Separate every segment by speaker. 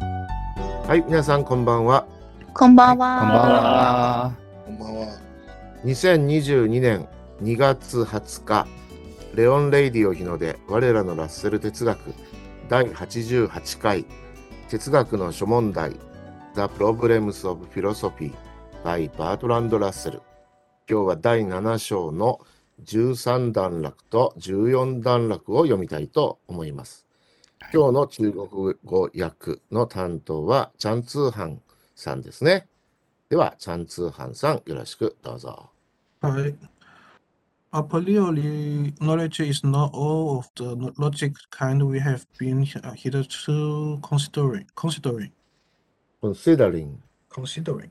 Speaker 1: はい、皆さんこんばんは。
Speaker 2: こんばんは。
Speaker 3: こんばんは。
Speaker 4: こんばんは。
Speaker 1: 2022年2月20日、レオン・レイディオ日の出、我らのラッセル哲学、第88回、哲学の諸問題、The Problems of Philosophy by バートランド・ラッセル。今日は第7章の13段落と14段落を読みたいと思います。今日の中国語訳の担当はチャン・ツーハンさんですね。では、チャン・ツーハンさん、よろしくどうぞ。
Speaker 4: はい。A priori, knowledge is not all of the no- logic kind we have been uh, hitherto considering, considering,
Speaker 1: considering
Speaker 4: considering.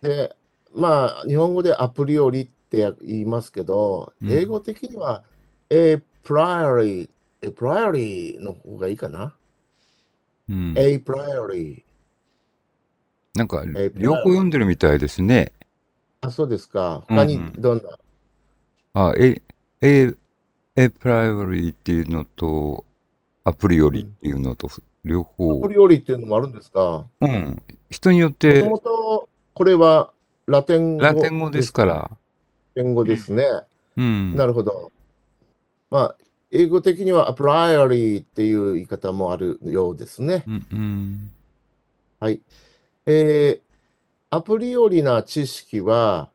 Speaker 1: でまあ日本語でアプリよりって言いますけど、
Speaker 3: うん
Speaker 1: 英語的には a priori a priori の方がいいかな、
Speaker 3: うん、
Speaker 1: a priori
Speaker 3: なんか
Speaker 1: え、
Speaker 3: 両方読んでるみたいですね。
Speaker 1: あそうですか
Speaker 3: うん
Speaker 1: 他にどんな、
Speaker 3: あ、え、え、え、プライオリーっていうのと、アプリオリっていうのと、両
Speaker 1: ア
Speaker 3: 方
Speaker 1: プ。リよりっていうのもあるんですか
Speaker 3: うん。人によっ
Speaker 1: も
Speaker 3: て
Speaker 1: と、もとこれはラテン語
Speaker 3: ラテン語ですから。
Speaker 1: ラテン語ですね、
Speaker 3: うん。
Speaker 1: なるほどまあ英語的にはアプライオリっていう言い方もあるようですね、
Speaker 3: うん、うん。
Speaker 1: はい。えーアプリよりな知識は、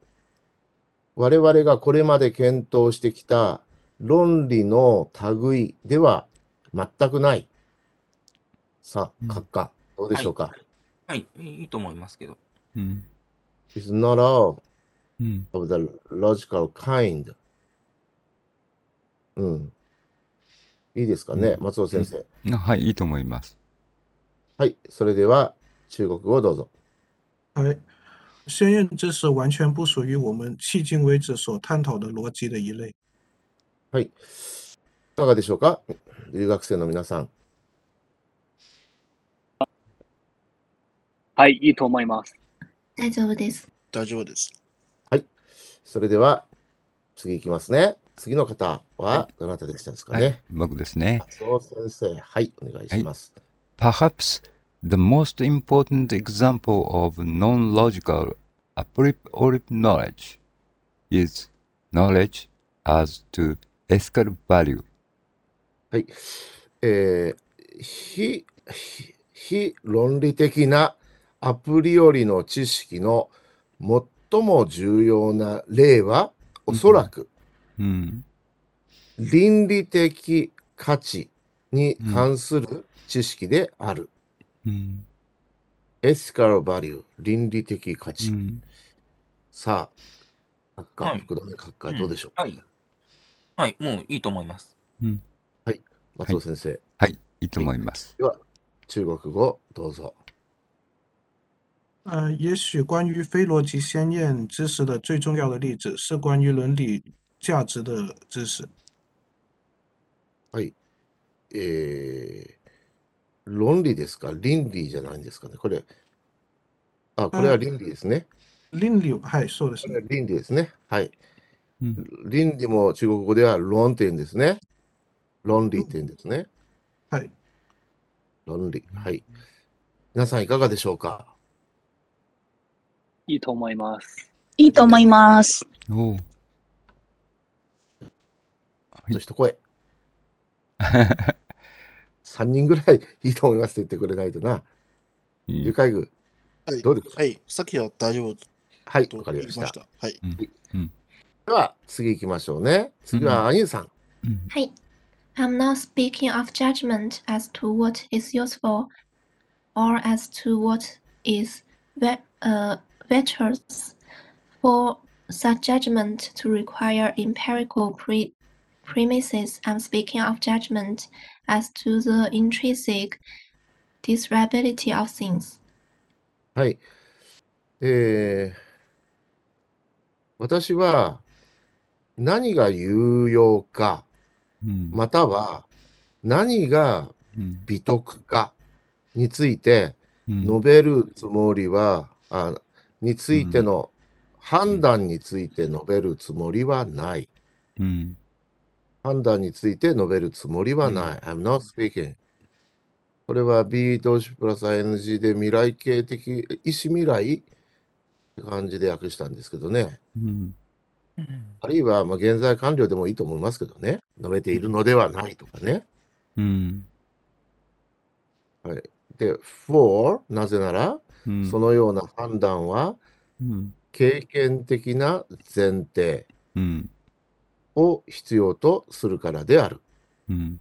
Speaker 1: 我々がこれまで検討してきた論理の類では全くない。さ
Speaker 3: うん
Speaker 1: あ、閣下、どうでしょうか。
Speaker 5: はい、いいと思いますけど。
Speaker 3: うん。
Speaker 1: It's not all
Speaker 3: うん。
Speaker 1: of the logical kind. うん。いいですかね、
Speaker 3: う
Speaker 1: 松尾先生。
Speaker 3: あはい、いいと思います。
Speaker 1: はい。それでは、中国語をどうぞ。
Speaker 4: 哎，先验知识完全不属于我们迄今为止所探讨的逻辑的一类。
Speaker 1: はい。いかがでしょうか留学生の皆さん。
Speaker 6: はい、いいと思います。
Speaker 2: 大丈夫です。
Speaker 4: 大丈夫です。
Speaker 1: それでは、次いきますね。次の方は、どなたでしたですか
Speaker 3: はい
Speaker 1: ね。、
Speaker 3: 僕ですね。
Speaker 1: 松尾先生、はい、お願いします。
Speaker 3: Perhaps the most important example of non logical a priori knowledge is knowledge as to ethical value.
Speaker 1: はい。えー非、非、非論理的なアプリよりの知識の最も重要な例は、おそらく
Speaker 3: うん
Speaker 1: 倫理的価値に関する知識である。
Speaker 3: うん
Speaker 1: エスカルバリュー、倫理的価値。
Speaker 3: うん
Speaker 1: さあ、閣
Speaker 5: は
Speaker 1: 下、
Speaker 5: い
Speaker 1: 福留閣下、どうでしょうか
Speaker 5: はい。はい、もういいと思います。
Speaker 1: 松尾先生。
Speaker 3: はい、いいと思います。
Speaker 1: 中国語どうぞ。
Speaker 4: 呃，也许关于非逻辑先验知识的最重要的例子是关于伦理价值的知识。
Speaker 1: えー、論理ですか倫理じゃないんですかねこれ。あ、これは倫理ですね。
Speaker 4: 倫理を、はい、そうです
Speaker 1: こ
Speaker 4: ね
Speaker 1: れ。は倫理ですね。はい。
Speaker 3: うん
Speaker 1: 倫理も中国語では論点ですね。論理点ですね。
Speaker 4: はい。
Speaker 1: 論理。はい。皆さんいかがでしょうか
Speaker 6: いいと思います。
Speaker 2: いいと思います。
Speaker 3: お うい
Speaker 1: そして声。3人ぐらいいいと思いますって言ってくれないとな。ゆ
Speaker 3: Hmm.
Speaker 1: かいぐ、
Speaker 7: はい、
Speaker 1: どうですか
Speaker 7: はい、さっきは大丈夫
Speaker 1: はい、
Speaker 7: と
Speaker 1: わかりまし
Speaker 7: 言い
Speaker 1: た。
Speaker 7: はい、
Speaker 1: では、次行きましょうね。次は、あゆさん。
Speaker 3: うん
Speaker 2: はい。I'm not speaking of judgment as to what is useful or as to what is ve- uh, virtuous. For such judgment to require empirical pre- premises, I'm speaking of judgment as to the intrinsic desirability of things.
Speaker 1: はい。えー私は何が有用か、
Speaker 3: うん
Speaker 1: または何が
Speaker 3: うん
Speaker 1: 美徳かについて
Speaker 3: うん
Speaker 1: 述べるつもりは、あについての判断について述べるつもりはない。
Speaker 3: うん
Speaker 1: 判断について述べるつもりはない。I'm not speaking これは B 動詞プラス ING で未来形的、意思未来って感じで訳したんですけどね。
Speaker 3: うん
Speaker 1: あるいは、まあ、現在完了でもいいと思いますけどね。述べているのではないとかね。
Speaker 3: うん
Speaker 1: で、for、なぜなら、
Speaker 3: うん
Speaker 1: そのような判断は、
Speaker 3: うん
Speaker 1: 経験的な前提
Speaker 3: うん
Speaker 1: を必要とするからである。
Speaker 3: うん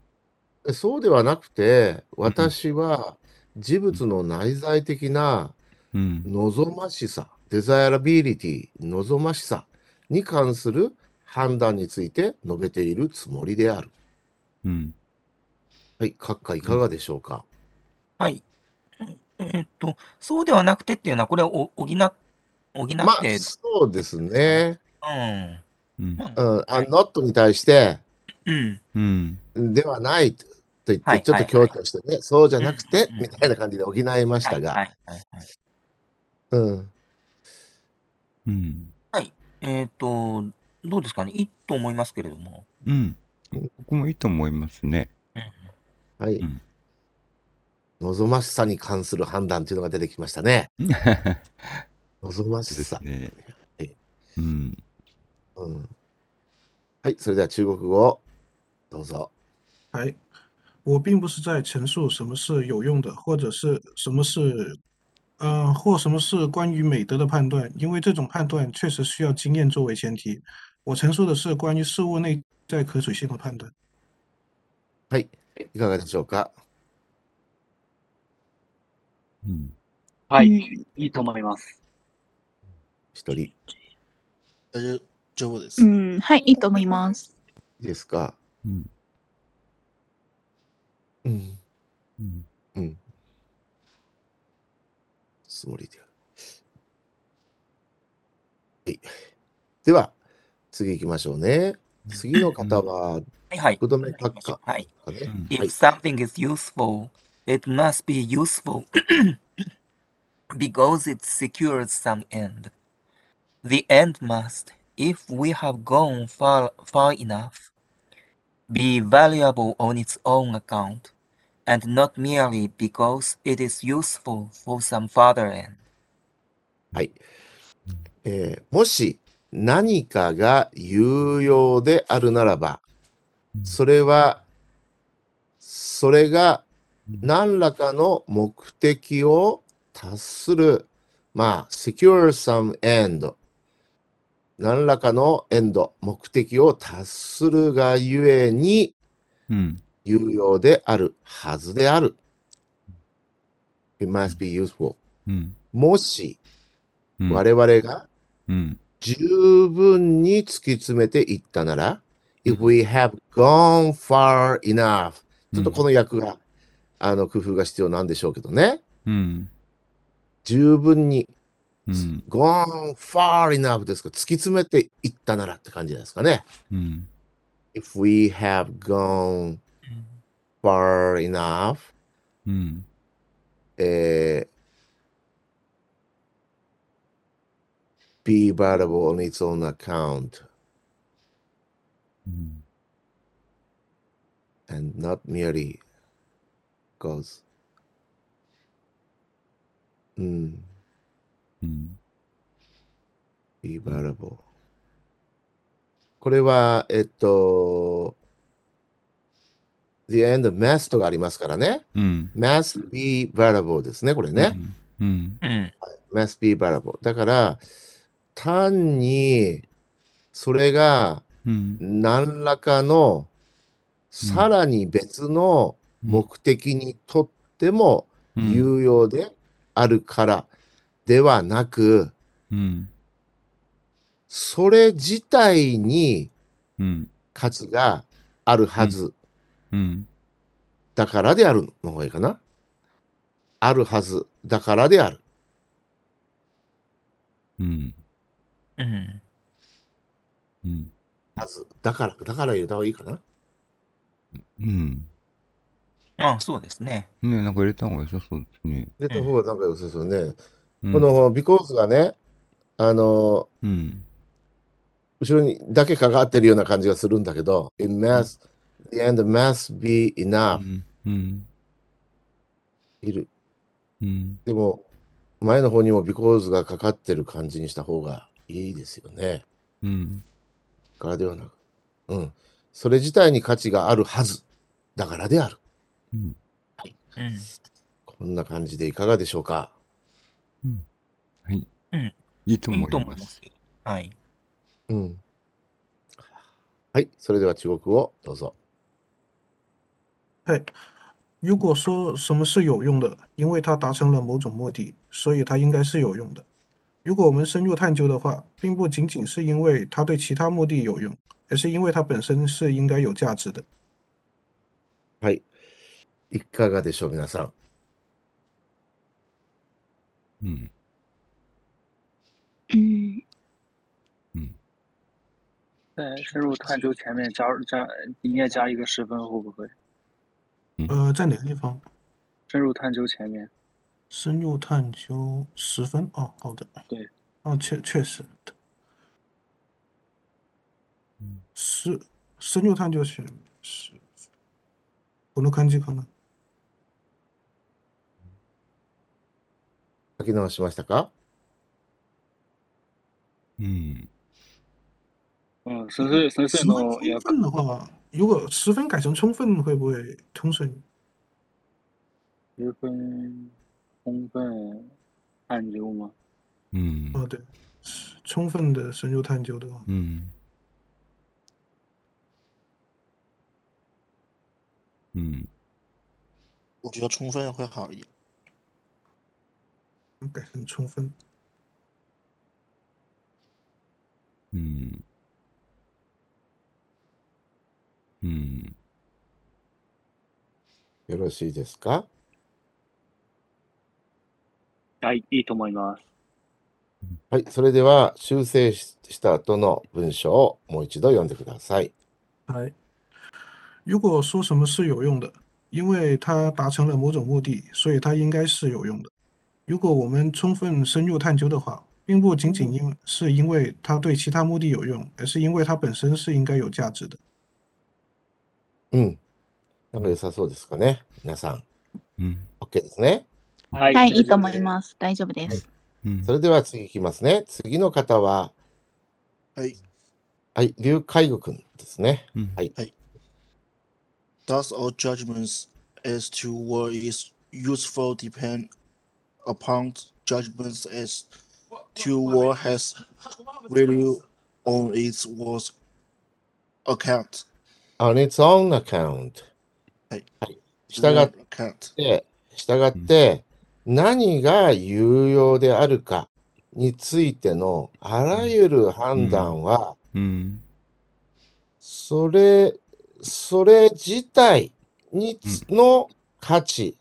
Speaker 1: でそうではなくて、私は事物の内在的な
Speaker 3: うん
Speaker 1: 望ましさ、デザイアラビリティ、望ましさに関する判断について述べているつもりである。
Speaker 3: うん
Speaker 1: はい、閣下いかがでしょうか、
Speaker 5: はい。ええっと、そうではなくてっていうのは、これはお補っ、補って、
Speaker 1: まあ、そうですね。
Speaker 5: うん。
Speaker 3: うん
Speaker 5: まあ
Speaker 1: うん、あ、not に対して、
Speaker 5: うん。
Speaker 3: うん
Speaker 1: ではないと言っ
Speaker 5: は
Speaker 1: て、
Speaker 5: い
Speaker 1: ちょっと強調してね、そうじゃなくて
Speaker 5: うん、
Speaker 1: みたいな感じで補いましたが、
Speaker 5: はいはいはいはい
Speaker 1: うん、
Speaker 3: うん
Speaker 5: えっと、どうですかねいいと思いますけれども。
Speaker 3: うん僕もいいと思いますね。
Speaker 1: はい、
Speaker 3: うん
Speaker 1: 望ましさに関する判断というのが出てきましたね。 望ま
Speaker 3: で
Speaker 1: し
Speaker 3: す
Speaker 1: さ。
Speaker 3: ね
Speaker 1: はい。
Speaker 3: うん。
Speaker 1: うん、はい、それでは中国語、どうぞ。
Speaker 4: 哎，我并不是在陈述什么是有用的，或者是什么是，嗯、或什么是关于美德的判断，因为这种判断确实需要经验作为前提。我陈述的是关于事物内在可取性的判断。
Speaker 1: はい、いかがでしょうか。
Speaker 3: うん
Speaker 6: はい、いいと思います。
Speaker 1: 一人、い
Speaker 7: 大丈丈夫です。
Speaker 8: うん、Mm, はい、いいと思います。
Speaker 1: いですか。
Speaker 3: うん
Speaker 1: うん、
Speaker 3: うん
Speaker 1: うん。つもりである。はい。では、次行きましょうね。次の方は、
Speaker 5: はいはい。
Speaker 1: 福留閣下
Speaker 5: はい。
Speaker 1: かね。
Speaker 3: うん
Speaker 1: はい
Speaker 5: If something is useful, it must be useful because it secures some end. The end must, if we have gone far, far enough, be valuable on its own account and not merely because it is useful for some further end.
Speaker 1: はい。えーもし何かが有用であるならば、それは、それが何らかの目的を達する、まあ、secure some end。何らかのエンド、目的を達するがゆえに
Speaker 3: うん
Speaker 1: 有用であるはずである。It must be useful.
Speaker 3: うん
Speaker 1: もし
Speaker 3: うん
Speaker 1: 我々が
Speaker 3: うん
Speaker 1: 十分に突き詰めていったなら、if we have gone far enough、ちょっとこの役が、あの、工夫が必要なんでしょうけどね。
Speaker 3: うん
Speaker 1: 十分に、
Speaker 3: うん
Speaker 1: gone far enough ですか、突き詰めていったならって感じですかね。
Speaker 3: うん。
Speaker 1: if we have gone far enough、
Speaker 3: うん
Speaker 1: えー be valuable on its own account。
Speaker 3: うん。
Speaker 1: and not merely goes. うん、
Speaker 3: うん。
Speaker 1: be valuable. これは、えっと、the end must がありますからね。
Speaker 3: うん。
Speaker 1: must be valuable ですね、これね。
Speaker 3: うん。
Speaker 1: must be valuable。だから、単に、それが
Speaker 3: うん。
Speaker 1: 何らかの、さらに別の目的にとっても、
Speaker 3: うん。
Speaker 1: 有用であるからではなく、
Speaker 3: うん。
Speaker 1: それ自体に
Speaker 3: うん。
Speaker 1: 価値があるはず
Speaker 3: うん。
Speaker 1: だからであるの方がいいかな。あるはずだからである。
Speaker 3: うん。
Speaker 5: うん。
Speaker 3: うん。
Speaker 1: はずだから、だから入れた方がいいかな。
Speaker 3: うん。
Speaker 5: ああ、そうですね。
Speaker 3: ねなんか入れた方が良さそうですね。
Speaker 1: 入れた方がなんか良さそうね。
Speaker 3: うん
Speaker 1: こ、の because がね、あの、
Speaker 3: うん。
Speaker 1: 後ろにだけかかってるような感じがするんだけど、it must, the end must be enough.
Speaker 3: うん。うん。
Speaker 1: いる。
Speaker 3: うん。
Speaker 1: でも、前の方にも because がかかってる感じにした方がいいですよね。
Speaker 3: うん。
Speaker 1: からではなく。うん。それ自体に価値があるはず。だからである。
Speaker 3: うん。
Speaker 5: うん
Speaker 1: こんな感じでいかがでしょうか
Speaker 3: はい。
Speaker 5: うん
Speaker 3: いいと
Speaker 5: い
Speaker 3: 思
Speaker 5: いと
Speaker 3: い
Speaker 5: 思
Speaker 3: ま
Speaker 5: いますす。よ。はい。
Speaker 1: うん。はい。それでは中国語、どうぞ。
Speaker 4: 对，如果说什么是有用的，因为它达成了某种目的，所以它应该是有用的。如果我们深入探究的话，并不仅仅是因为它对其他目的有用，而是因为它本身是应该有价值的。
Speaker 1: はい。いかがでしょう、皆さん。
Speaker 3: うん。
Speaker 8: 嗯
Speaker 3: うん。
Speaker 6: 在深入探究前面加入加，你也加一个十分会不会？
Speaker 4: 呃，在哪个地方？
Speaker 6: 深入探究前面，
Speaker 4: 深入探究十分哦，好的，
Speaker 6: 对，
Speaker 4: 哦，确确实的
Speaker 3: 嗯，
Speaker 4: 深深入探究前是，この感じかな。
Speaker 1: 書き直しましたか
Speaker 3: うん。
Speaker 6: 嗯，深邃深
Speaker 4: 十
Speaker 6: 邃
Speaker 4: 分
Speaker 6: 呢也
Speaker 4: 充分的话，如果十分改成充分，会不会通顺？
Speaker 6: 十分充分探究吗？
Speaker 3: うん。
Speaker 4: 哦，对，是充分的深入探究的话，
Speaker 3: うん。うん。
Speaker 7: 我觉得充分会好一点。
Speaker 4: 改成充分。
Speaker 3: うん。うん。
Speaker 1: よろしいですか
Speaker 6: はい、いいと思います。
Speaker 1: はい。それでは、修正しした後の文章をもう一度読んでください。
Speaker 4: 来，如果说什么是有用的，因为它达成了某种目的，所以它应该是有用的。如果我们充分深入探究的话，并不仅仅因是因为它对其他目的有用，而是因为它本身是应该有价值的。
Speaker 1: うん。なんか良さそうですかね。皆さん、
Speaker 3: うん。
Speaker 1: OK ですね。
Speaker 6: は
Speaker 8: はい、いいと思います。大丈夫です。
Speaker 3: うん
Speaker 1: そ。れでは次いきますね。次の方は、
Speaker 7: はい。
Speaker 1: はい、劉海悟くんですね。
Speaker 3: うん
Speaker 1: はい
Speaker 7: Thus, all judgments as to what is useful depend upon judgments as to what has value on its worth account.
Speaker 1: on its own account
Speaker 7: はい。
Speaker 1: はい、従っ
Speaker 7: account.
Speaker 1: て、従って、何が有用であるかについてのあらゆる判断は、
Speaker 3: うん。
Speaker 1: それ、それ自体につの価値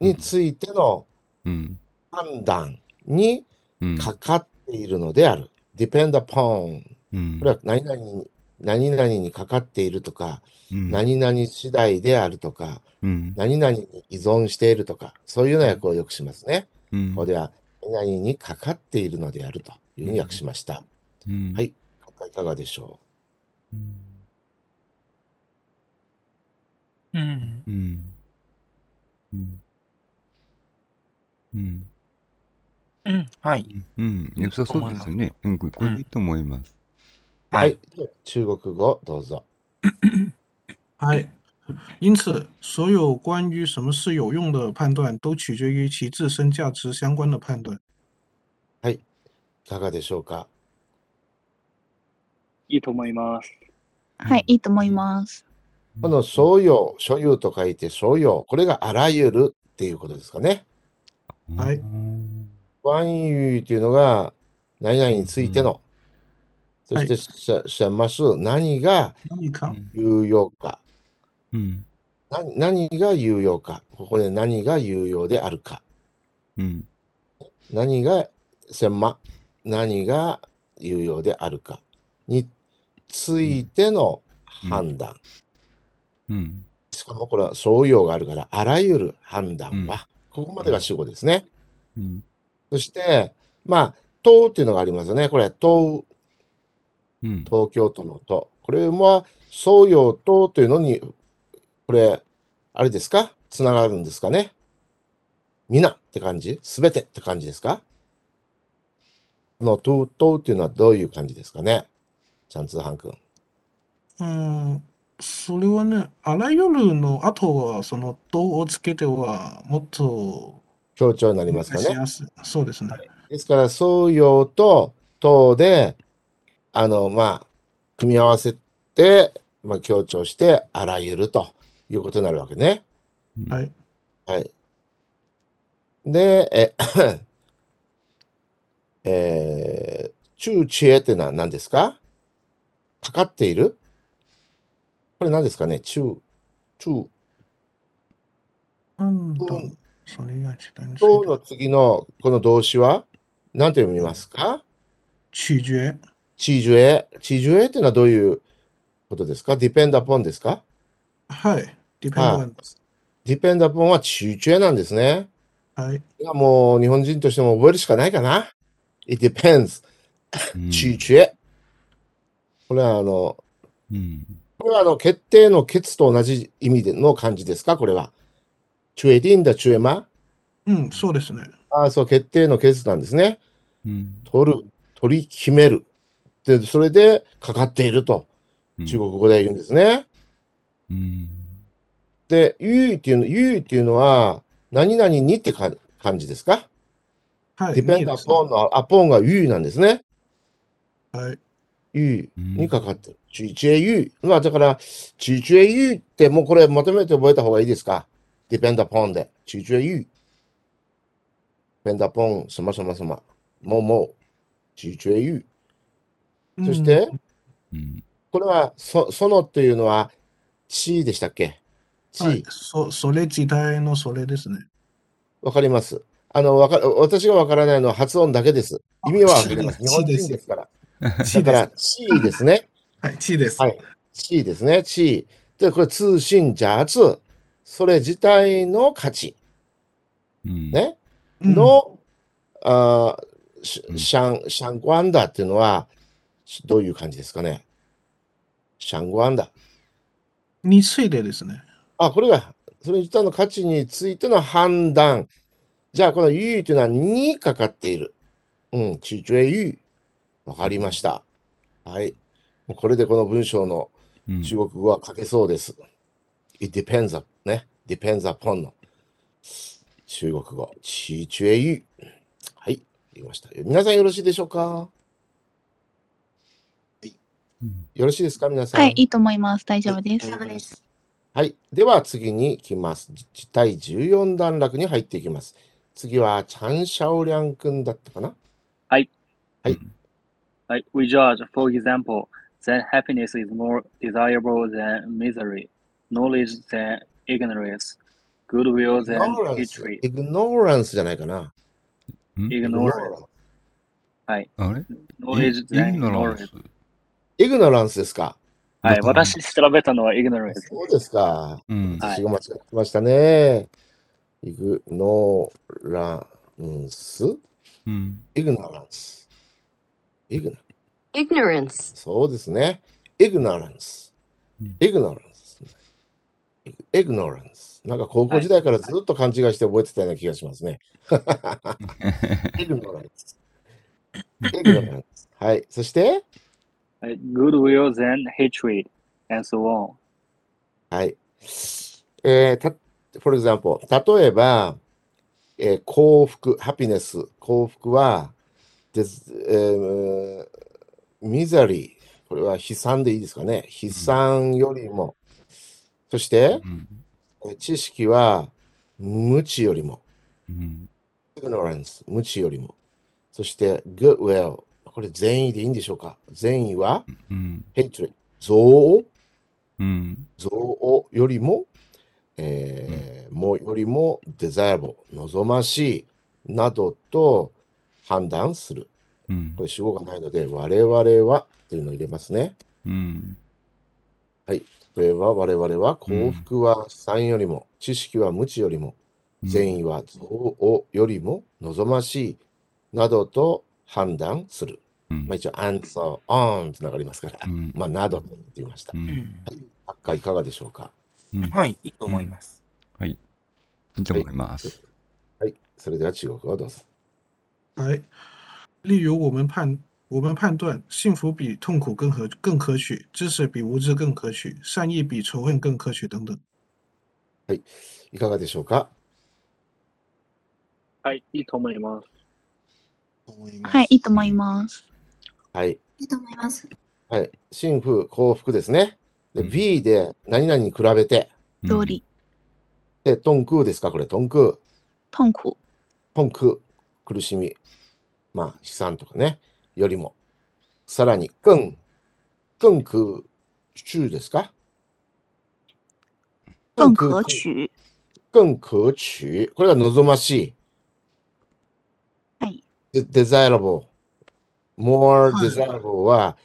Speaker 1: についての
Speaker 3: うん。
Speaker 1: 判断に
Speaker 3: うん。
Speaker 1: かかっているのである。depend upon
Speaker 3: うん
Speaker 1: これは何々に、何々にかかっているとか、
Speaker 3: うん
Speaker 1: 何々次第であるとか、
Speaker 3: うん。
Speaker 1: 何々に依存しているとか、そういうの訳をよくしますね。
Speaker 3: うん
Speaker 1: ここでは、何々にかかっているのであるというふうに訳しました。
Speaker 3: うん
Speaker 1: はいいかがでしょ
Speaker 3: うん
Speaker 5: うん。
Speaker 3: うん。うん。うん。
Speaker 5: うん。はい。
Speaker 3: うん。良さそうですね。うん。これいいと思います。
Speaker 1: うは
Speaker 5: はい
Speaker 1: い。中国語、どうぞ。
Speaker 4: 哎，因此，所有关于什么是有用的判断，都取决于其自身价值相关的判断。
Speaker 1: いかがでしょうか
Speaker 6: いいと思います。
Speaker 8: はい、いいと思います。
Speaker 1: この所有、所有と書いて所有、これがあらゆるっていうことですかね。
Speaker 4: はい
Speaker 3: うん。
Speaker 1: 万有というのが何々についての、そしてしゃ、しゃます何が
Speaker 4: 那你看，
Speaker 3: 嗯
Speaker 1: 有用か、
Speaker 3: うん。
Speaker 1: 何何が有用か、ここで何が有用であるか、
Speaker 3: うん。
Speaker 1: 何が専門、何が有用であるかについての判断。
Speaker 3: うん。
Speaker 1: しかもこれは総用があるから、あらゆる判断は、ここまでが主語ですね。
Speaker 3: うん。
Speaker 1: そして、まあ、東っていうのがありますよね。これ、東、
Speaker 3: うん。
Speaker 1: 東京都の都。これは、総用とというのに、これ、あれですかつながるんですかね皆って感じすべてって感じですかの、と、とっていうのはどういう感じですかねチャンツーハン君。
Speaker 4: うん、嗯それはね、あらゆるの後は、その、どをつけては、もっと、
Speaker 1: 強調になりますか
Speaker 4: し
Speaker 1: ね。
Speaker 4: やすいそうですね。
Speaker 1: ですから、創用と唐で、あの、まあ、組み合わせて、まあ、強調して、あらゆるということになるわけね。
Speaker 4: はい。
Speaker 1: はい。で、え、 えー、中知恵ってのは何ですかかかっているこれ何ですかね中、中、
Speaker 4: なんだ
Speaker 1: どう、
Speaker 4: それが違うんですけ
Speaker 1: 唐
Speaker 4: ど
Speaker 1: の、次のこの動詞は何て読みますか
Speaker 4: 取决、
Speaker 1: 地上へ、地上へっていうのはどういうことですか ?depend upon ですか
Speaker 4: はい、depend
Speaker 1: は
Speaker 4: on です。
Speaker 1: ?depend upon は地上へなんですね。
Speaker 4: はい、
Speaker 1: いやもう日本人としても覚えるしかないかな。It depends.
Speaker 3: うん
Speaker 1: 地上へ。これはあの、
Speaker 3: うん
Speaker 1: これはあの決定の決と同じ意味での漢字ですかこれは。中へディンだ、中へま。
Speaker 4: うん、そうですね。
Speaker 1: ああ、そう、決定の決なんですね。
Speaker 3: うん
Speaker 1: 取る、取り決める。で、それでかかっていると中国語で言うんですね。
Speaker 3: うん
Speaker 1: で、ゆいっていうの、ゆいっていうのは、何々にってか感じですか
Speaker 4: はい、
Speaker 1: ディペン
Speaker 4: いい
Speaker 1: ド
Speaker 4: で
Speaker 1: ア
Speaker 4: すね
Speaker 1: ポンの、アポンがゆいなんですね。
Speaker 4: はい、
Speaker 1: ゆ
Speaker 3: う
Speaker 1: い
Speaker 3: ん
Speaker 1: にかかってる。ちちえゆい。まあ、だから、ちちえゆいって、もうこれまとめて覚えた方がいいですかディペンドアポンで。ちちえゆい。ディペンドアポン、すまそまそま。もうもう。ちちえゆい。そして、
Speaker 3: う
Speaker 4: うん
Speaker 3: ん
Speaker 1: これは、そ、そのっていうのは、ちでしたっけち。
Speaker 4: はい、そ、それ時代のそれですね。
Speaker 1: わかります。あの、わか、私がわからないのは発音だけです。意味はわかります。
Speaker 4: あ
Speaker 1: 日本
Speaker 4: 地です
Speaker 1: 人です から。
Speaker 4: 地
Speaker 1: だ
Speaker 4: で
Speaker 1: から
Speaker 4: す。、
Speaker 1: 地位ですね。
Speaker 4: はい、地です。
Speaker 1: はい地位ですね。地位。で、これ、通信邪通。それ自体の価値。
Speaker 3: うん
Speaker 1: ね。
Speaker 4: うん、
Speaker 1: の、あーし
Speaker 3: うん
Speaker 1: シャン、シャンゴアンダっていうのは、しどういう感じですかね。シャンゴアンダ。
Speaker 4: についてですね。
Speaker 1: あ、これが、それ自体の価値についての判断。じゃあ、この優位というのはにかかっている。うん、中中へ優位。わかりました。はい。もうこれでこの文章の
Speaker 3: うん
Speaker 1: 中国語は書けそうです。It depends on, ね。depends upon の中国語。中中へ優位。はい。言いました。皆さんよろしいでしょうか
Speaker 3: うん
Speaker 1: よろしいですか皆さん。
Speaker 8: はい、いいと思います。大丈夫です。
Speaker 7: 大丈夫です。
Speaker 1: はい。では次に行きます。じ第14段落に入っていきます。次は、チャン・シャオリャン君だったかな
Speaker 6: Like we judge, for example, that happiness is more desirable than misery, knowledge than ignorance, goodwill
Speaker 1: イ
Speaker 6: than
Speaker 1: グノランス。
Speaker 6: hatred.
Speaker 1: イグノランスじゃないかな。
Speaker 6: Ignorance.
Speaker 3: あれイ
Speaker 6: Knowledge
Speaker 3: イ
Speaker 6: than
Speaker 3: グノラン
Speaker 6: ignorance.
Speaker 3: ス
Speaker 1: イグノランスですか。
Speaker 6: は
Speaker 3: だ
Speaker 6: い、
Speaker 3: から
Speaker 6: 私調べたのは ignorance。
Speaker 1: そうですか。
Speaker 3: うん
Speaker 6: は
Speaker 1: 私
Speaker 6: い
Speaker 1: が間違ってましたね。イグノランス。
Speaker 3: うん
Speaker 1: イグノランス。イグナ。
Speaker 9: ignorance.
Speaker 1: そうですね。イグノランス
Speaker 3: うん。
Speaker 1: イグノランス。イグノランス。なんか高校時代からずっと勘違いして覚えてたような気がしますね。 イグノラン ス。イグノランス。はい。そして、
Speaker 6: はい、goodwill than hatred, and so on.
Speaker 1: はい。えー、た、for example、例えば、えー幸福、ハピネス、幸福は、です、えー、ミザリー、これは悲惨でいいですかね。悲惨よりも、そして、えー知識は、無知よりも、
Speaker 3: うん、
Speaker 1: ignorance、無知よりも、そして、goodwill、これ善意でいいんでしょうか善意は、
Speaker 3: うん、
Speaker 1: hatred、憎悪
Speaker 3: うん、
Speaker 1: 憎悪よりも、えーもうよりもデザイアボー、望ましいなどと判断する。
Speaker 3: うん
Speaker 1: こ、れ主語がないので、我々はというのを入れますね。
Speaker 3: うん、
Speaker 1: これは我々は幸福は3よりも、知識は無知よりも、善意は憎悪よりも望ましいなどと判断する。
Speaker 3: うん
Speaker 1: まあ、一応、and so on とながりますから、
Speaker 3: うん
Speaker 1: まあ、などと言ってみました
Speaker 3: う。ん、
Speaker 1: 発火いかがでしょうか
Speaker 5: はい、いいと思います。
Speaker 3: いいと思います。
Speaker 1: それでは中国語をどうぞ。
Speaker 4: 来，例如我们判我们判断幸福比痛苦更可更可取，知识比无知更可取，善意比仇恨更可取等等。
Speaker 1: いかがでしょうか
Speaker 6: はい、いいと思います。
Speaker 7: 思います
Speaker 8: はい、いいと思います。
Speaker 1: はい。
Speaker 2: いいと思います。
Speaker 1: はい。幸福、幸福ですね。で、
Speaker 3: うん
Speaker 1: B で何々に比べて、
Speaker 3: うん
Speaker 8: 道理、
Speaker 1: で、トンクーですかこれ、トンクー。
Speaker 8: 痛苦、
Speaker 1: トンクー。苦しみ。まあ、悲惨とかね。よりも。さらに、くん。くんくー。中ですか
Speaker 8: 更可。取。
Speaker 1: 更可取。これは望まし
Speaker 8: はい、
Speaker 1: い。で desirable。more
Speaker 4: はい
Speaker 1: desirable は、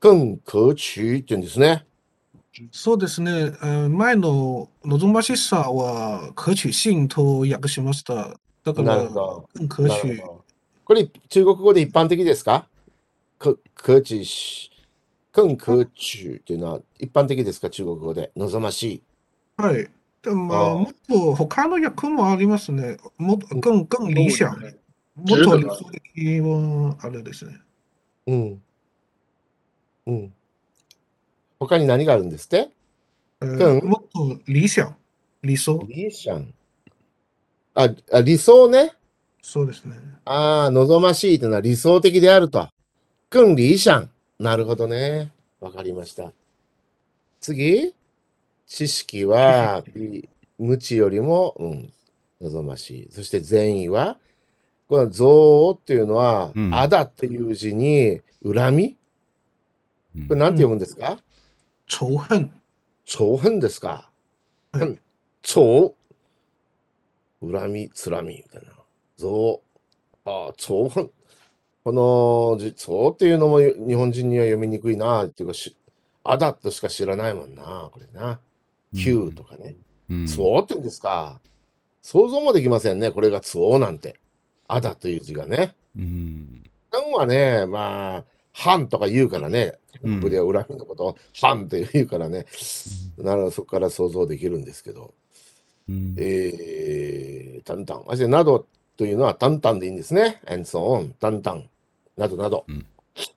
Speaker 1: 更可取って言うんですね。
Speaker 4: そうですね。うん、前の望ましさは啊可取性と訳しました。だか
Speaker 1: な
Speaker 4: ら
Speaker 1: るほど。
Speaker 4: 更可
Speaker 1: なる
Speaker 4: 取
Speaker 1: ほ。どこれ、中国語で一般的ですかく可取し。更可取っていうのは一般的ですか中国語で。望ましい。
Speaker 4: はい。でも、まあ
Speaker 1: あー
Speaker 4: もっと他の訳もありますね。もっと更更理想
Speaker 6: そうですね。
Speaker 4: もっと
Speaker 6: 十
Speaker 4: 理
Speaker 6: 分
Speaker 4: 想的啊はあれですね。
Speaker 1: うん。うん。他に何があるんですって
Speaker 4: うん
Speaker 1: 更嗯
Speaker 4: もっと呃理想、理想、
Speaker 1: 理想。あ、あ理想ね。
Speaker 4: そうですね。
Speaker 1: ああ、望ましいというのは理想的であると。君理想。なるほどね。わかりました。次。知識 は、い無知よりも、うん、望ましい。そして善意は、この憎悪っていうのは、
Speaker 3: うん
Speaker 1: あだっていう字に、恨み
Speaker 3: うん
Speaker 1: これなんて読むんですか、
Speaker 4: 仇恨、
Speaker 1: 仇恨ですか
Speaker 4: は
Speaker 1: う
Speaker 4: い
Speaker 1: ん仇恨み、つらみみたいな。憎悪。ああ、仇恨。このじ憎悪っていうのも日本人には読みにくいなっていうかし、あだとしか知らないもんな、これな。Q とかね。
Speaker 3: うん
Speaker 1: そうって言うんですか。想像もできませんね、これがつおなんて。あだという字がね。
Speaker 3: うん
Speaker 1: なんはね、まあ、反とか言うからね、
Speaker 3: うん
Speaker 1: 僕では恨みのことを反って言うからね、ならそこから想像できるんですけど、
Speaker 3: うん
Speaker 1: えー、タンタン、そしてなどというのはタンタンでいいんですね。and so on、タンタン、などなど
Speaker 3: うん。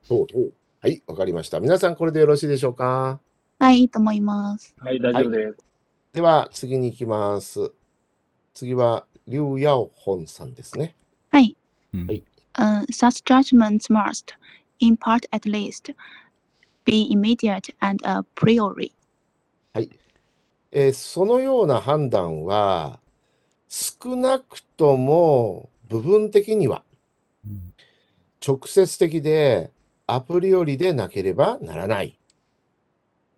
Speaker 1: そうそうはい、わかりました。皆さん、これでよろしいでしょうか。
Speaker 8: はい、いいと思います。
Speaker 6: はい、大丈夫です。
Speaker 1: では、次に行きます。次は、リュウ・ヤオホンさんですね。
Speaker 8: はい。
Speaker 1: はい
Speaker 8: うん such judgments must, in part at least, be immediate and a priori.
Speaker 1: えーそのような判断は、少なくとも部分的には
Speaker 3: うん
Speaker 1: 直接的でアプリよりでなければならない。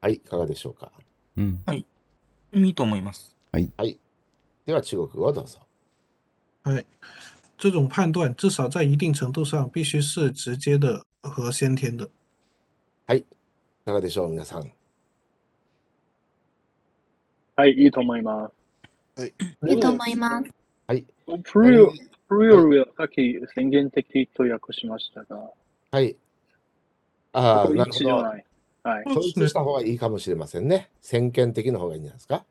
Speaker 1: はい、いかがでしょうか。
Speaker 3: うん
Speaker 5: いいと思います。
Speaker 1: では中国語をどうぞ。
Speaker 4: 这种判断至少在一定程度上必须是直接的和先天的。
Speaker 1: いかがでしょう、皆さん。
Speaker 6: はい、いいと思います。
Speaker 2: いいと思います。
Speaker 6: プリオプリオリはさっき宣言的と訳しましたが、
Speaker 1: はい。ああ、
Speaker 6: ここ
Speaker 1: なるほ
Speaker 6: 一じゃ
Speaker 1: ど。
Speaker 6: ない。はい。
Speaker 1: 統一した方がいいかもしれませんね。先見的な方がいいんじゃないですか。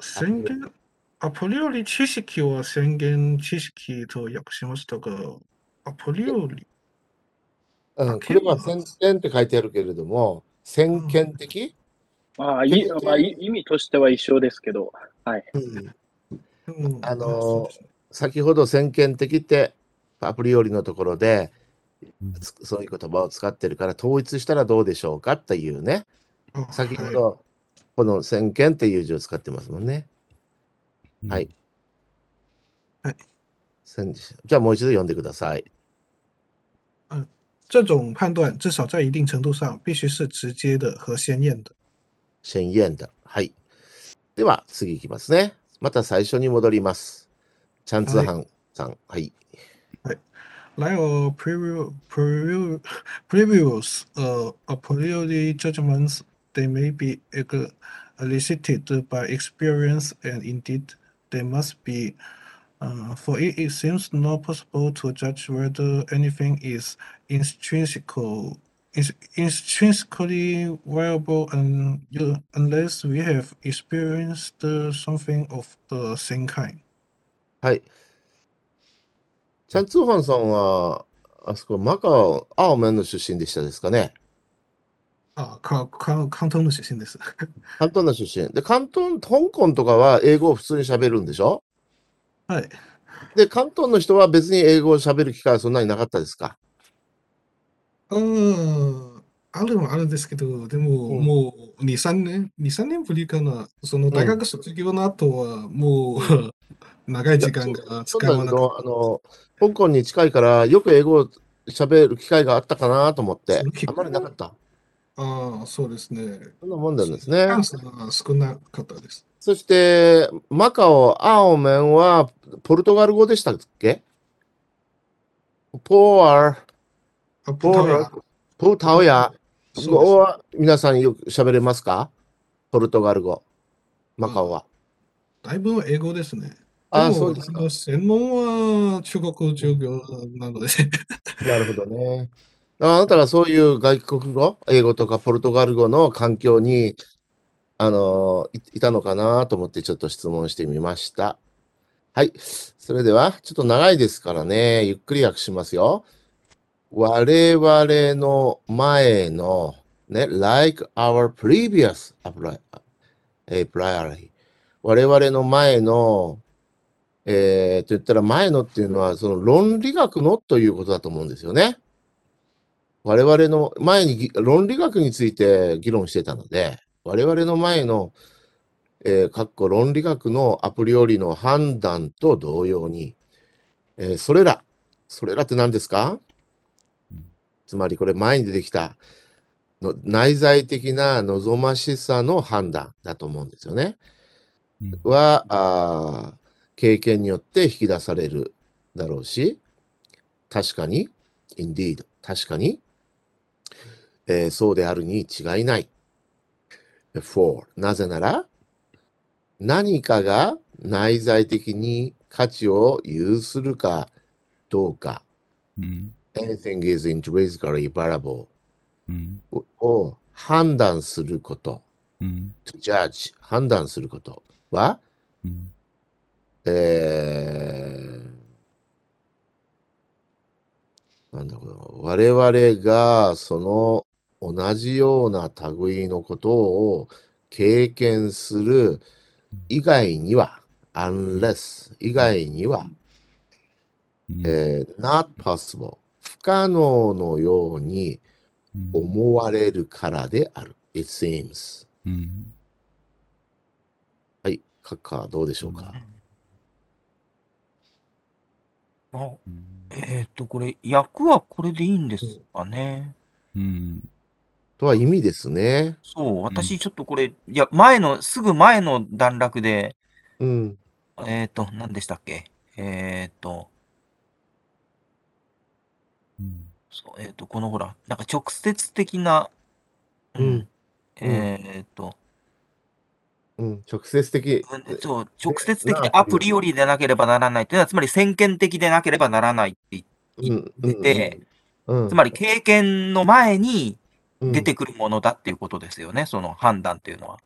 Speaker 4: 宣言、アプリより知識は宣言知識と訳しましたが、アプリより、
Speaker 1: うん、これは先見って書いてあるけれども、先見的、
Speaker 6: まあ、いいまあ、い意味としては一緒ですけど、
Speaker 4: うん、
Speaker 1: あのー
Speaker 4: そうですね
Speaker 1: 先ほど先見的ってアプリよりのところで、つそういう言葉を使ってるから統一したらどうでしょうかっていうね
Speaker 4: あ
Speaker 1: 先ほ
Speaker 4: はい
Speaker 1: どこの先見っていう字を使ってますもんねはい先じゃあもう一度読んでください
Speaker 4: 这种判断至少在一定程度上必须是直接的和鲜艳的。
Speaker 1: 先言だはいでは次いきますねまた最初に戻りますチャンツーハンさんはい、
Speaker 4: 来而 preview preview previous uh, a priori judgments they may be ec- elicited by experience and indeed they must be uh, for it, it seems not possible to judge whether anything is intrinsical is intrinsically viable and u- unless we have experienced uh, something of the same kind.
Speaker 1: はいチャン・ツーハンさんは、あそこ、マカオ、アオメンの出身でしたですかね。
Speaker 4: 啊，康康康通的写信的是，
Speaker 1: 広東の出身。で、広東、香港とかは英語を普通に喋るんでしょ
Speaker 4: はい。
Speaker 1: で、広東の人は別に英語を喋る機会はそんなになかったですか
Speaker 4: うん、あるはあるんですけど、でも、
Speaker 1: うん
Speaker 4: もう2、3年、2、3年ぶりかな、その大学卒業の後は、もう長い時間が
Speaker 1: そ
Speaker 4: 使
Speaker 1: んなの
Speaker 4: わなかっ
Speaker 1: あの、香港に近いから、よく英語を喋る機会があったかなと思って
Speaker 4: その機、
Speaker 1: あ
Speaker 4: 会
Speaker 1: んまりなかった。
Speaker 4: た。ああ、そうですね。
Speaker 1: そんなもんなんですね
Speaker 4: チ。ャンスが少なかったです。
Speaker 1: そして、マカオ、アオメンは、ポルトガル語でしたっけポアル、
Speaker 4: あ、
Speaker 1: ポ
Speaker 4: 葡
Speaker 1: ー
Speaker 4: 萄牙
Speaker 1: ラ、ポタオヤ。
Speaker 4: そうです
Speaker 1: ここは皆さんよく喋れますかポルトガル語。マカオは。
Speaker 4: だいぶ英語ですね。
Speaker 1: ああ、
Speaker 4: で
Speaker 1: そ
Speaker 4: も
Speaker 1: うですか
Speaker 4: あ。の専門は中国語授業なので、
Speaker 1: なるほどね。だからあなたがそういう外国語、英語とかポルトガル語の環境に、あのいいたのかなと思ってちょっと質問してみました。はい。それでは、ちょっと長いですからね、ゆっくり訳しますよ。我々の前の、ね、like our previous appli- eh, priority。我々の前の、えー、と言ったら前のっていうのは、その論理学のということだと思うんですよね。我々の前にぎ論理学について議論してたので、我々の前の、えー、かっこ論理学のアプリオリの判断と同様に、えーそれら、それらって何ですかつまりこれ前に出てきたの内在的な望ましさの判断だと思うんですよね。
Speaker 3: うん
Speaker 1: はあー経験によって引き出されるだろうし、確かに、indeed、確かに、えーそうであるに違いない。for、なぜなら、何かが内在的に価値を有するかどうか、
Speaker 3: うん。
Speaker 1: anything is intrinsically valuable
Speaker 3: うん。
Speaker 1: を判断すること、
Speaker 3: うん。
Speaker 1: to judge、判断することは、
Speaker 3: うん。
Speaker 1: えー、なんだこれ、我々がその同じような類のことを経験する以外には、unless 以外には、
Speaker 3: うん
Speaker 1: えー not possible 不可能のように思われるからである。It seems
Speaker 3: うん。
Speaker 1: はい、カッカーどうでしょうか、
Speaker 5: あ
Speaker 3: うん
Speaker 5: えっ、と、これ、役はこれでいいんですかね。
Speaker 3: うん。
Speaker 1: とは意味ですね。
Speaker 5: そう、私ちょっとこれ、いや、前の、すぐ前の段落で、
Speaker 1: うん。
Speaker 5: えっ、と、何でしたっけえっ、と、
Speaker 3: うん
Speaker 5: そうえっ、と、このほら、なんか直接的な、
Speaker 1: うん、
Speaker 5: えっ、と、
Speaker 1: うん、直接的。
Speaker 5: うんそう、直接的
Speaker 1: な
Speaker 5: で
Speaker 1: あ
Speaker 5: アプリよりでなければならないっていうのは、つまり先見的でなければならないって言っ
Speaker 1: うん
Speaker 5: てて、
Speaker 1: うん、
Speaker 5: つまり経験の前に
Speaker 1: り
Speaker 5: 出てくるものだっていうことですよね、その判断っていうのは。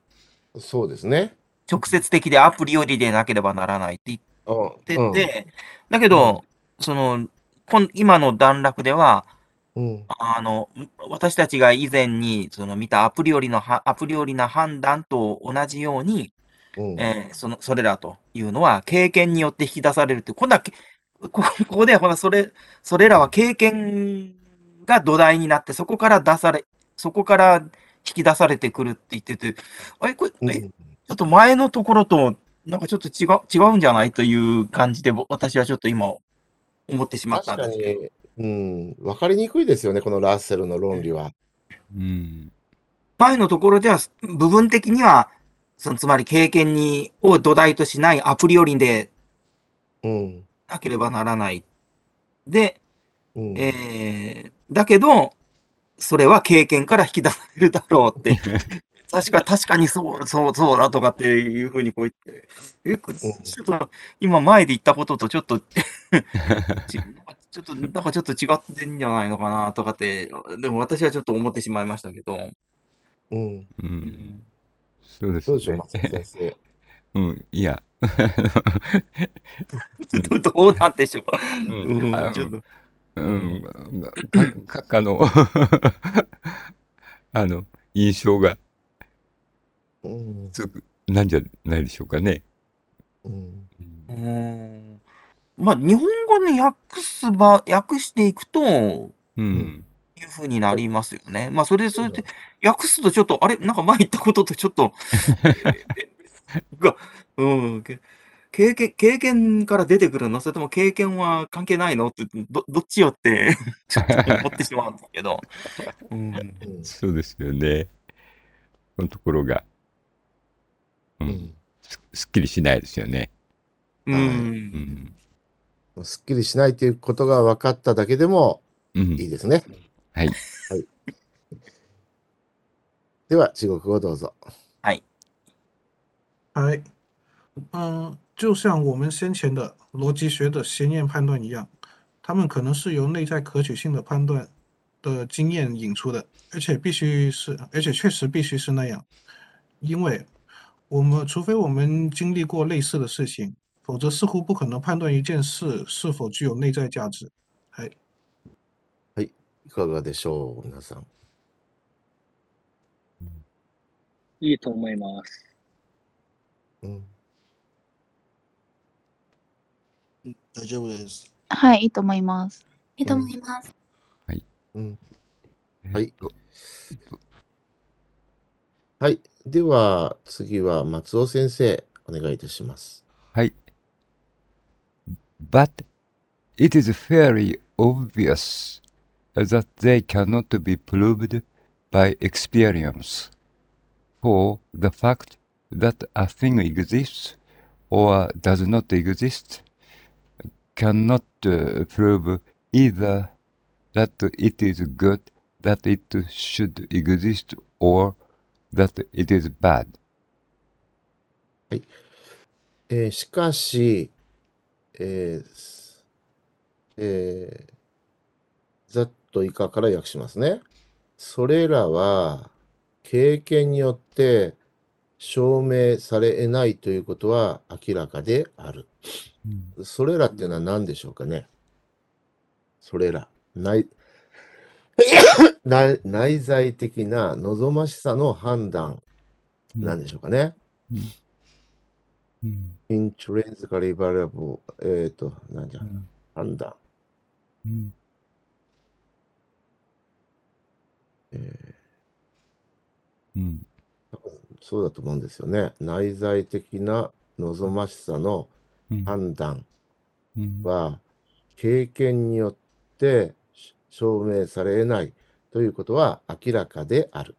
Speaker 1: そうですね。
Speaker 5: 直接的でアプリよりでなければならないって言っ
Speaker 1: うん
Speaker 5: てて、だけど、その、こん今の段落では、
Speaker 1: うん
Speaker 5: あの、私たちが以前にその見たアプリよりのは、アプリよりな判断と同じように、
Speaker 1: うん
Speaker 5: えーそのそれらというのは経験によって引き出されるって、今度はけこここではほらそれそれらは経験が土台になって、そこから出され、そこから引き出されてくるって言ってて、あれこれ、
Speaker 1: うん
Speaker 5: えちょっと前のところとなんかちょっと違う違うんじゃないという感じで、ぼ私はちょっと今思ってしまっ
Speaker 1: 確
Speaker 5: たん
Speaker 1: か
Speaker 5: ですけど。
Speaker 1: に、うん、分かりにくいですよね、このラッセルの論理は。
Speaker 3: うん。
Speaker 5: 前のところでは、部分的には、そのつまり経験にを土台としないアプリよりで
Speaker 1: うん。
Speaker 5: なければならない。で、
Speaker 1: うん
Speaker 5: えーだけど、それは経験から引き出されるだろうって、確か、確かにそう、そう、そうだとかっていうふうにこう言って、え、こちょっと今前で言ったこととちょっと、 ちちょっと、なんかちょっと違ってんじゃないのかなとかって、でも私はちょっと思ってしまいましたけど、
Speaker 1: うん、
Speaker 3: う。
Speaker 5: うんん
Speaker 3: そうで
Speaker 1: そう
Speaker 3: す
Speaker 1: でしょう、
Speaker 3: ね。
Speaker 1: 松本先生。
Speaker 3: うん、いや、
Speaker 5: どどうなんでしょう。
Speaker 3: うんあ
Speaker 7: ちょっと
Speaker 3: うん、か、か、の、あの、印象が
Speaker 1: うん
Speaker 3: つく、なんじゃないでしょうかね。
Speaker 1: うん
Speaker 5: うーんまあ、日本語に訳すば、訳していくと、いう
Speaker 3: うん。
Speaker 5: ふうになりますよね。まあ、それで、それで、訳すとちょっと、あれなんか前言ったこととちょっ と、が、うん、け経験、経験から出てくるのそれとも経験は関係ないのって、ど、どっちよって、 ちょっと思ってしまうんですけど。うん
Speaker 1: うん
Speaker 3: そうですよね。このところが、う、
Speaker 1: うんん
Speaker 3: すすっきりしないですよね。
Speaker 5: う。
Speaker 3: うんん。
Speaker 1: すっきりしないということが分かっただけでも
Speaker 3: うん
Speaker 1: いいですね。
Speaker 3: はい。
Speaker 1: はい、では、中国語どうぞ。
Speaker 4: 哎，嗯，就像我们先前的逻辑学的先验判断一样，它们可能是由内在可取性的判断的经验引出的，而且必须是，而且确实必须是那样，因为我们除非我们经历过类似的事情，否则似乎不可能判断一件事是否具有内在价值。哎，
Speaker 1: いかがでしょう、皆さん。
Speaker 6: いいと思います。
Speaker 1: うん
Speaker 7: 大丈夫です。
Speaker 8: はい、いいと思います。
Speaker 2: いいと思います。
Speaker 1: うん
Speaker 3: え
Speaker 1: は
Speaker 3: っ
Speaker 1: い
Speaker 3: と。
Speaker 1: はい。では、次は松尾先生、お願いいたします。
Speaker 3: はい。But it is fairly obvious that they cannot be proved by experience. For the fact that a thing exists or does not exist cannot uh, prove either that it is good, that it should exist, or that it is bad.
Speaker 1: えーしかし、えーすえーざっと以下から訳しますね。それらは経験によって証明され得ないということは明らかである。それらっていうのは何でしょうかねそれら。内 内内在的な望ましさの判断なんでしょうかね。intrinsically variable えっ、と、なんじゃ、
Speaker 3: うん
Speaker 1: 判断。
Speaker 3: うん
Speaker 1: えー
Speaker 3: うん
Speaker 1: そうだと思うんですよね。内在的な望ましさの
Speaker 3: Hmm.
Speaker 1: 判断
Speaker 3: うん
Speaker 1: は、経験によって証明され得ないということは明らかである。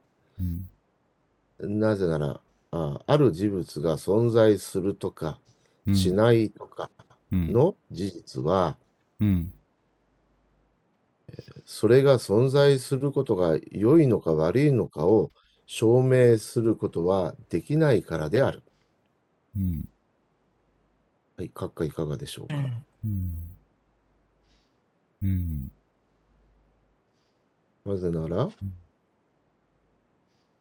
Speaker 3: うん
Speaker 1: なぜなら、あある事物が存在するとか、
Speaker 3: うん
Speaker 1: しないとか
Speaker 3: うん
Speaker 1: の事実は、
Speaker 3: うん
Speaker 1: それが存在することが良いのか悪いのかを証明することはできないからである。
Speaker 3: うん
Speaker 1: はい、閣下いかがでしょう
Speaker 5: う
Speaker 1: か。
Speaker 5: ん
Speaker 3: うんうん
Speaker 1: なぜなら、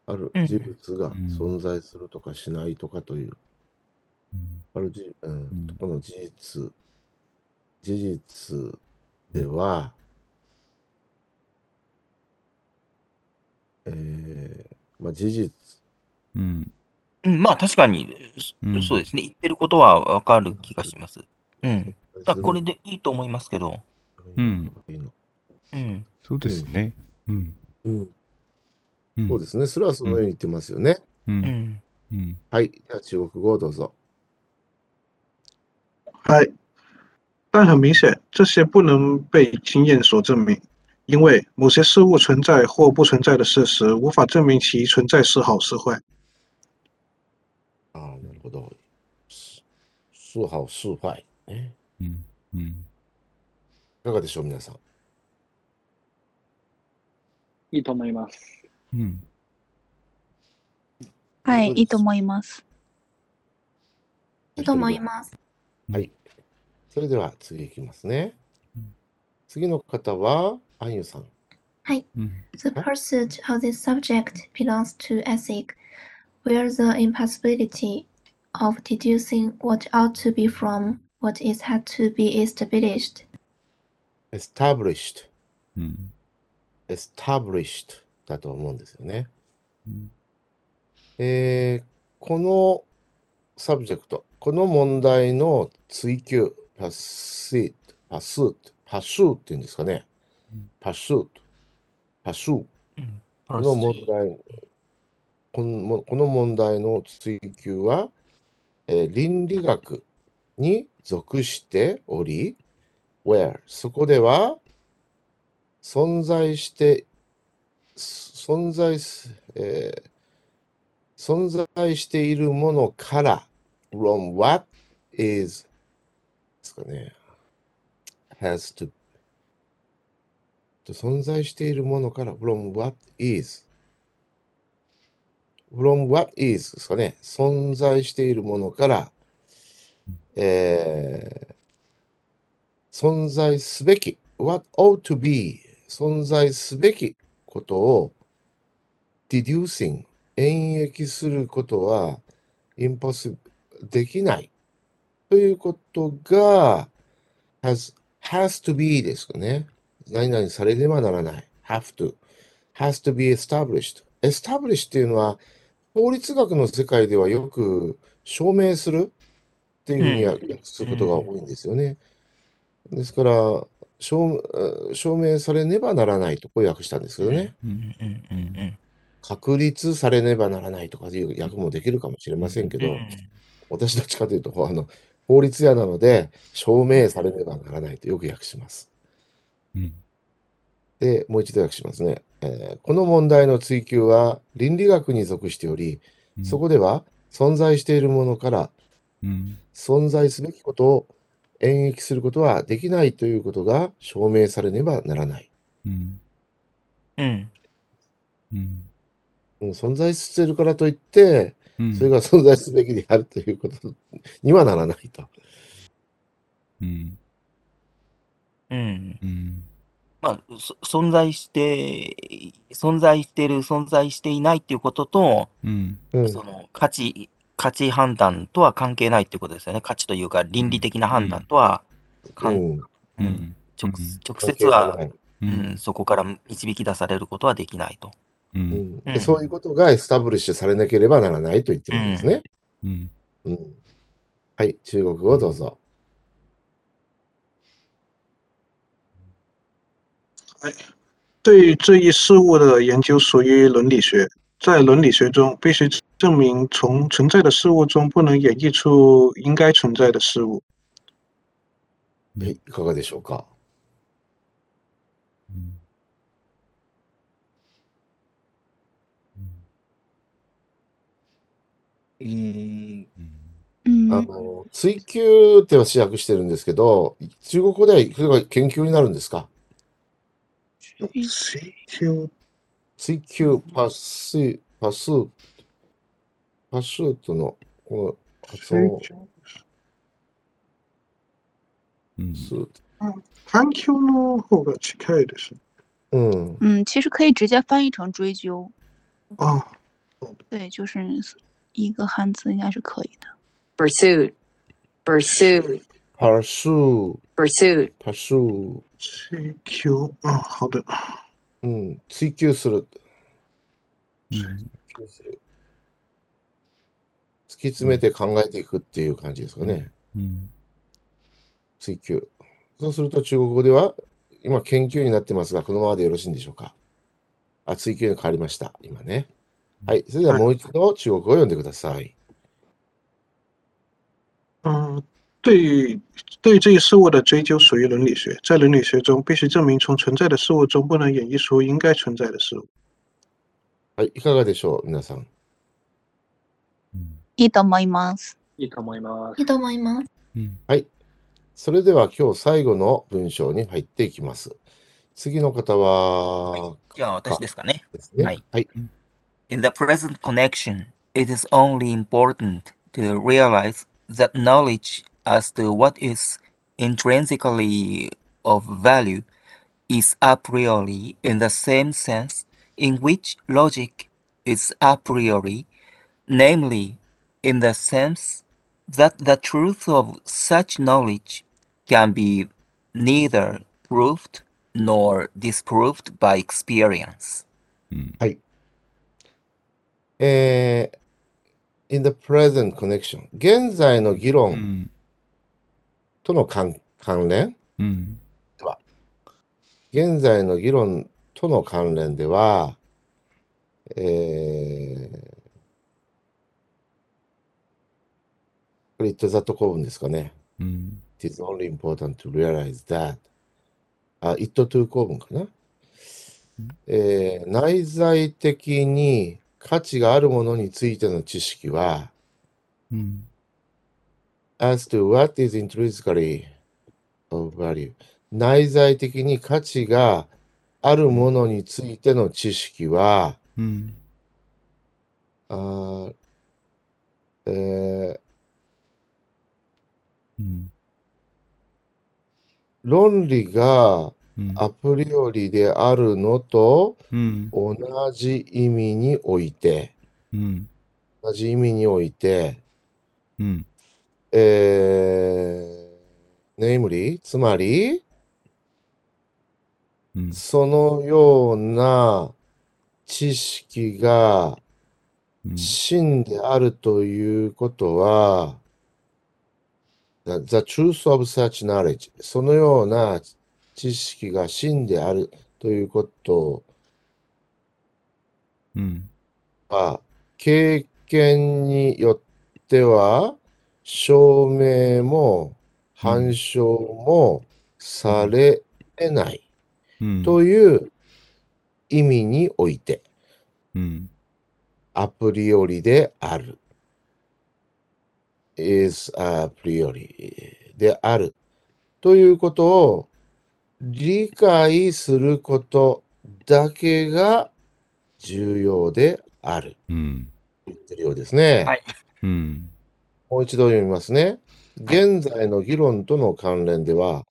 Speaker 1: ある
Speaker 5: うん
Speaker 1: 事物が
Speaker 3: うん
Speaker 1: 存在するとかしないとかという、
Speaker 3: うん
Speaker 1: あるじ、う
Speaker 3: うん
Speaker 1: ん、とこの事実、事実では、えーまあ、事実、
Speaker 3: うん
Speaker 5: うん、まあ、確かに、
Speaker 3: うん
Speaker 5: そうですね。言ってることはわかる気がします。うん。だ
Speaker 1: する
Speaker 5: これでいいと思いますけど。
Speaker 3: うん
Speaker 1: いいの
Speaker 5: うん。
Speaker 3: そうですね。うんうん
Speaker 1: そうですね。それはそのように言ってますよね。
Speaker 3: う
Speaker 5: うんん。
Speaker 3: うん
Speaker 1: はい。では中国語をどうぞ。
Speaker 4: 嗨，哎但很明显，这些不能被经验所证明，因为某些事物存在或不存在的事实无法证明其存在是好是坏。
Speaker 1: ああ、なるほど。す数好数坏。ね
Speaker 3: うんうん
Speaker 1: いかがでしょう、皆さん。
Speaker 6: いいと思います。
Speaker 3: うん
Speaker 8: はい、いいと思います。
Speaker 2: いいと思います。
Speaker 1: はい。それでは次いきますね
Speaker 3: うん。
Speaker 1: 次の方は、あんゆさん。
Speaker 3: うん
Speaker 2: The pursuit of this subject belongs to ethic, where the impossibility of deducing what ought to be from what is had to be established.
Speaker 1: established
Speaker 3: うん
Speaker 1: established だと思うんですよね。
Speaker 3: うん
Speaker 1: えーこのサブジェクト、この問題の追求、パスイト、パスート、パシューっていうんですかね
Speaker 3: うん。
Speaker 1: パシュート、パシュー。この問題、このもこの問題の追求は、えー倫理学に属しており、where そこでは存在して、す存在す、えー存在しているものから、from what is ですかね、has to 存在しているものから from what is from what is ですかね存在しているものから、えー存在すべき what ought to be 存在すべきことを deducing 演繹することは impossible できないということが has, has to be ですかね。何々されねばならない。have to, has to be established. establish っていうのは、法律学の世界ではよく証明するっていうふうに訳することが多いんですよね。ですから、証えー証明されねばならないとこう訳したんですけどね。
Speaker 5: うんうんうんうん
Speaker 1: 確立されねばならないとかいう訳もできるかもしれませんけど、私どっちかというと、あの、法律屋なので、証明されねばならないとよく訳します。
Speaker 3: うん
Speaker 1: で、もう一度訳しますね、えーこの問題の追求は倫理学に属しており、
Speaker 3: うん
Speaker 1: そこでは存在しているものから
Speaker 3: うん
Speaker 1: 存在すべきことを演繹することはできないということが証明されねばならない。
Speaker 3: うん
Speaker 5: うん
Speaker 3: うん
Speaker 1: うん、存在しているからといって、
Speaker 3: うん
Speaker 1: それが存在すべきであるということにはならないと。
Speaker 3: うん
Speaker 5: うん
Speaker 3: うん
Speaker 5: まあ、そ存在して、存在してる、存在していないっていうことと、
Speaker 3: うん
Speaker 1: うん
Speaker 5: その価値、価値判断とは関係ないっていうことですよね。価値というか、倫理的な判断とは、かん
Speaker 1: うん
Speaker 3: う
Speaker 5: うん
Speaker 3: ん
Speaker 5: 直
Speaker 3: うん
Speaker 1: 関
Speaker 5: 直接
Speaker 1: 係が
Speaker 5: は
Speaker 1: な、い
Speaker 3: うんう
Speaker 5: うんん、そこから導き出されることはできないと。
Speaker 3: う
Speaker 1: うんん
Speaker 5: う
Speaker 1: で
Speaker 5: ん
Speaker 1: そういうことがエスタブリッシュされなければならないと言ってるんですね。
Speaker 3: うん
Speaker 1: うん、はい、中国語どうぞ。
Speaker 4: 对于这一事物的研究属于伦理学，在伦理学中必须证明从存在的事物中不能演绎出应该存在的事物。
Speaker 1: はい、いかがでしょうか。
Speaker 3: うん
Speaker 7: うん。
Speaker 8: うん
Speaker 1: あの追求って私訳してるんですけど、中国語ではそれが研究になるんですか
Speaker 4: 追求
Speaker 1: 追求、パスイ、パスー、パスートのこの発音を、
Speaker 3: うん
Speaker 1: スー
Speaker 4: 探求の方が近いです。
Speaker 1: うん、
Speaker 8: 嗯，其实可以直接翻译成追究，
Speaker 4: 啊，
Speaker 8: 对，就是一个汉字应该是可以的。
Speaker 9: pursuit, pursuit,
Speaker 1: パスー、
Speaker 9: pursuit,
Speaker 1: パスー、
Speaker 4: 追求啊，好的，
Speaker 1: うん、追求する、
Speaker 3: うん
Speaker 1: 追求する突き詰めて考えていくっていう感じですかね。
Speaker 3: うん
Speaker 1: 追求。そうすると中国語では、今研究になってますが、このままでよろしいんでしょうか。あ、追求に変わりました。今ね。はい。それではもう一度中国語を読んでください。
Speaker 4: 嗯，对于对于这一事物的追究属于伦理学，在伦理学中必须证明从存在的事物中不能演绎出应该存在的事物。
Speaker 1: はい。いかがでしょう皆さん。
Speaker 3: うん
Speaker 8: いいと思います。
Speaker 6: いいと思います。
Speaker 2: いいと思います。
Speaker 3: うん
Speaker 1: それでは今日最後の文章に入っていきます。次の方は、
Speaker 5: じゃあ、私ですかね。
Speaker 1: ですね。
Speaker 5: はい。
Speaker 1: はい。
Speaker 5: In the present connection, it is only important to realize that knowledge as to what is intrinsically of value is a priori in the same sense in which logic is a priori, namely, in the sense that the truth of such knowledge can be neither proved nor disproved by experience.
Speaker 3: うん
Speaker 1: えー in the present connection 現在の議
Speaker 3: う
Speaker 1: 論
Speaker 3: ん
Speaker 1: との関関連
Speaker 3: うん
Speaker 1: 現在の議論との関連では、えー、これ、ザット構文ですかね。
Speaker 3: うん
Speaker 1: It is only important to realize that. あ、it to 構文かな。えー内在的に価値があるものについての知識は、
Speaker 3: うん
Speaker 1: as to what is intrinsically of value 内在的に価値があるものについての知識は、
Speaker 3: うん
Speaker 1: あーえー
Speaker 3: うん
Speaker 1: 論理が
Speaker 3: うん
Speaker 1: アプリオリであるのと
Speaker 3: うん
Speaker 1: 同じ意味において、
Speaker 3: うん
Speaker 1: 同じ意味において、
Speaker 3: うん
Speaker 1: えー、ネームリー、つまり、
Speaker 3: うん
Speaker 1: そのような知識が
Speaker 3: うん
Speaker 1: 真であるということは、the the truth of such knowledge そのような知識が真であるということ
Speaker 3: うん
Speaker 1: は、経験によっては、証明も反証もされ得ない
Speaker 3: うん
Speaker 1: という意味において、
Speaker 3: うん
Speaker 1: アプリよりである。is a priori である。ということを理解することだけが重要である。
Speaker 3: うん
Speaker 1: 言ってるようですね。
Speaker 5: はい
Speaker 3: うん
Speaker 1: もう一度読みますね。現在の議論との関連では、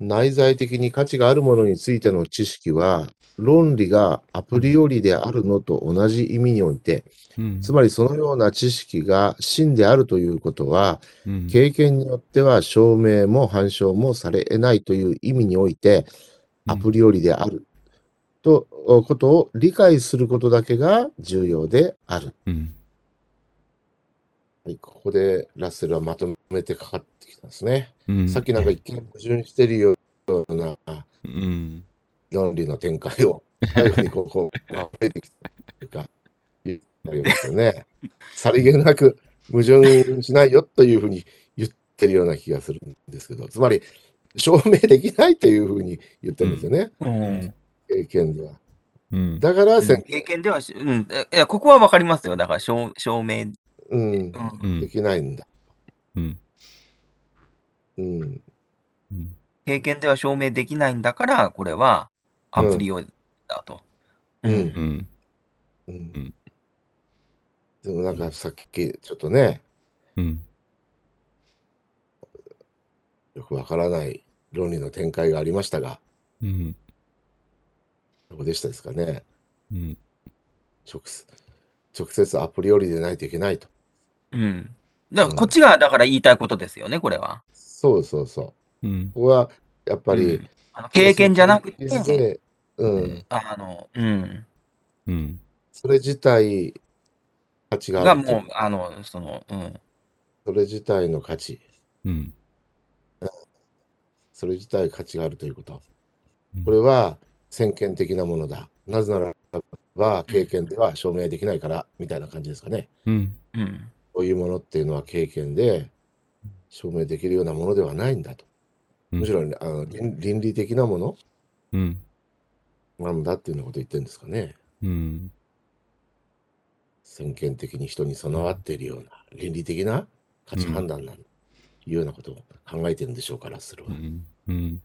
Speaker 1: 内在的に価値があるものについての知識は、論理がアプリよりであるのと同じ意味において、
Speaker 3: うん
Speaker 1: つまりそのような知識が真であるということは、
Speaker 3: うん
Speaker 1: 経験によっては証明も反証もされ得ないという意味において、
Speaker 3: うん
Speaker 1: アプリよりであるとことを理解することだけが重要である。
Speaker 3: うん
Speaker 1: はい、ここでラッセルはまとめてかかってきたんですね。
Speaker 3: うん
Speaker 1: さっきなんか一見矛盾してるような
Speaker 3: うん
Speaker 1: 論理の展開を最後にここをまとめてきたというか、言ったようですよね。さりげなく矛盾しないよというふうに言ってるような気がするんですけど、つまり証明できないというふうに言ってるんですよね、経験では。
Speaker 3: うん
Speaker 1: だから、
Speaker 5: うん
Speaker 1: せん
Speaker 5: 経験ではし、うん、いやここはわかりますよ。だから証証明、
Speaker 1: うん、
Speaker 5: うん
Speaker 3: うん
Speaker 1: できないんだ。
Speaker 3: うん
Speaker 1: うん、
Speaker 3: うん
Speaker 5: 経験では証明できないんだから、これはアプリ用だと。
Speaker 1: うん
Speaker 3: うん
Speaker 1: うん
Speaker 3: ん
Speaker 1: でもなんかさっきちょっとね、
Speaker 3: うん
Speaker 1: よくわからない論理の展開がありましたが、
Speaker 3: うん
Speaker 1: どこでしたですかね。
Speaker 3: うん
Speaker 1: 直接直接アプリよりでないといけないと。
Speaker 5: うん。だか
Speaker 1: う
Speaker 5: ら
Speaker 1: ん
Speaker 5: こっちがだから言いたいことですよね、これは。
Speaker 1: そうそうそう。
Speaker 3: うん
Speaker 1: ここはやっぱり、
Speaker 5: うんあの経験じゃなくて、
Speaker 1: 経験でうん、
Speaker 5: あの、うん。
Speaker 3: うん
Speaker 1: それ自体価値が
Speaker 5: が
Speaker 1: あると
Speaker 5: もう、あの、その、うん。
Speaker 1: それ自体の価値、
Speaker 3: うん
Speaker 1: それ自体価値があるということ
Speaker 3: うん。
Speaker 1: これは先見的なものだ。なぜならば経験では証明できないからみたいな感じですかね。
Speaker 3: うん
Speaker 5: うん。
Speaker 1: こういうものっていうのは経験で証明できるようなものではないんだと。
Speaker 3: うん
Speaker 1: むしろあの倫倫理的なもの
Speaker 3: うん
Speaker 1: なんだっていうようなこと言ってるんですかね。
Speaker 3: うん
Speaker 1: 先見的に人に備わっているような倫理的な価値判断なんだ、いうようなことを考えてるんでしょうからするは、
Speaker 3: うんうん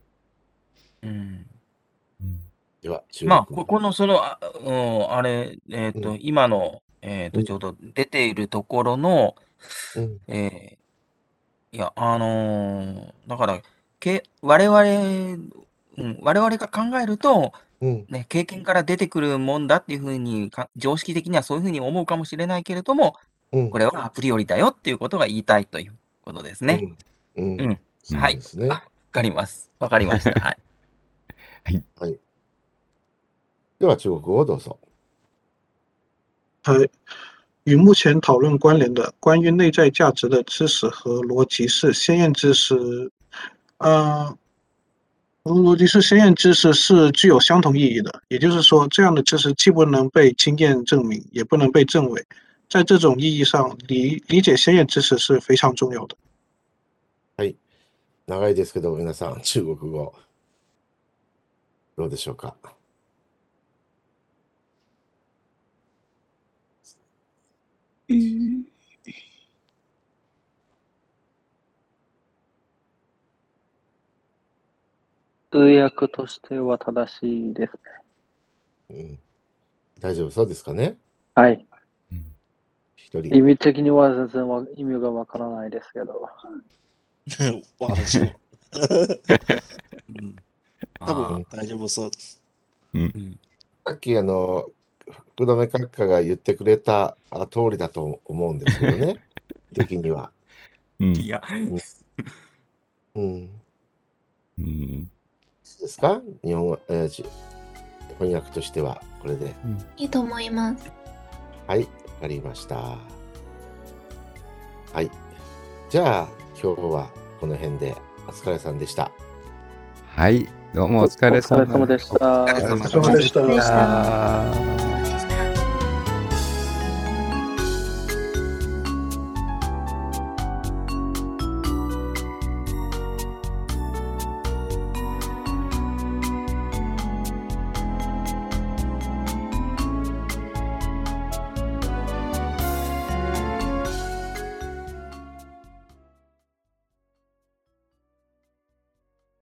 Speaker 5: うん、
Speaker 3: うん
Speaker 1: では中国
Speaker 5: まあ、ここの、その、あ,、うん、あれ、えっ、と、
Speaker 1: う
Speaker 5: 今の、えっ、
Speaker 1: う
Speaker 5: と、
Speaker 1: ん
Speaker 5: ちょうど出ているところの、
Speaker 1: うん
Speaker 5: えーいや、あのーだから、け、我々、うん、我々が考えると、
Speaker 1: うん
Speaker 5: ね、経験から出てくるもんだっていうふうにか、常識的にはそういうふうに思うかもしれないけれども、
Speaker 1: うん
Speaker 5: これはアプリよりだよっていうことが言いたいということですね。
Speaker 1: うん。
Speaker 5: うん
Speaker 1: そう
Speaker 5: はい
Speaker 1: ですね。
Speaker 5: あわかります。わかりました。はい。
Speaker 1: では中国語をどうぞ。
Speaker 4: 还呃与目前讨论关联的关于内在价值的知识和逻辑式先验知识，呃，嗯逻辑式先验知识是具有相同意义的。也就是说，这样的知识既不能被经验证明，也不能被证伪。在这种意义上，理理解先验知识是非常重要的。
Speaker 1: 長いですけど、皆さん、中国語、どうでしょうか。
Speaker 8: 嗯，
Speaker 6: 通訳としては正しいです。
Speaker 1: うん、大丈夫そうですかね。
Speaker 6: はい。
Speaker 1: 一人
Speaker 6: 意。味的には全然わ意味がわからないですけど。
Speaker 7: わかりま したうん多
Speaker 5: あー
Speaker 7: 分 大丈夫そうです。
Speaker 1: さっき、あの、福留閣下が言ってくれたあ通りだと思うんですけどね。的には。
Speaker 5: いや、
Speaker 1: うん。
Speaker 3: うん
Speaker 1: ですか日本語、えーち翻訳としては、これで。
Speaker 2: いいと思います。
Speaker 1: はい、わかりました。はい。じゃあ、今日はこの辺で、お疲れさんでした。
Speaker 3: はい、どうもお疲れ様
Speaker 6: お疲れ様でした。
Speaker 5: お疲れ様で
Speaker 4: そうでした
Speaker 6: uh,
Speaker 2: でした。
Speaker 3: た。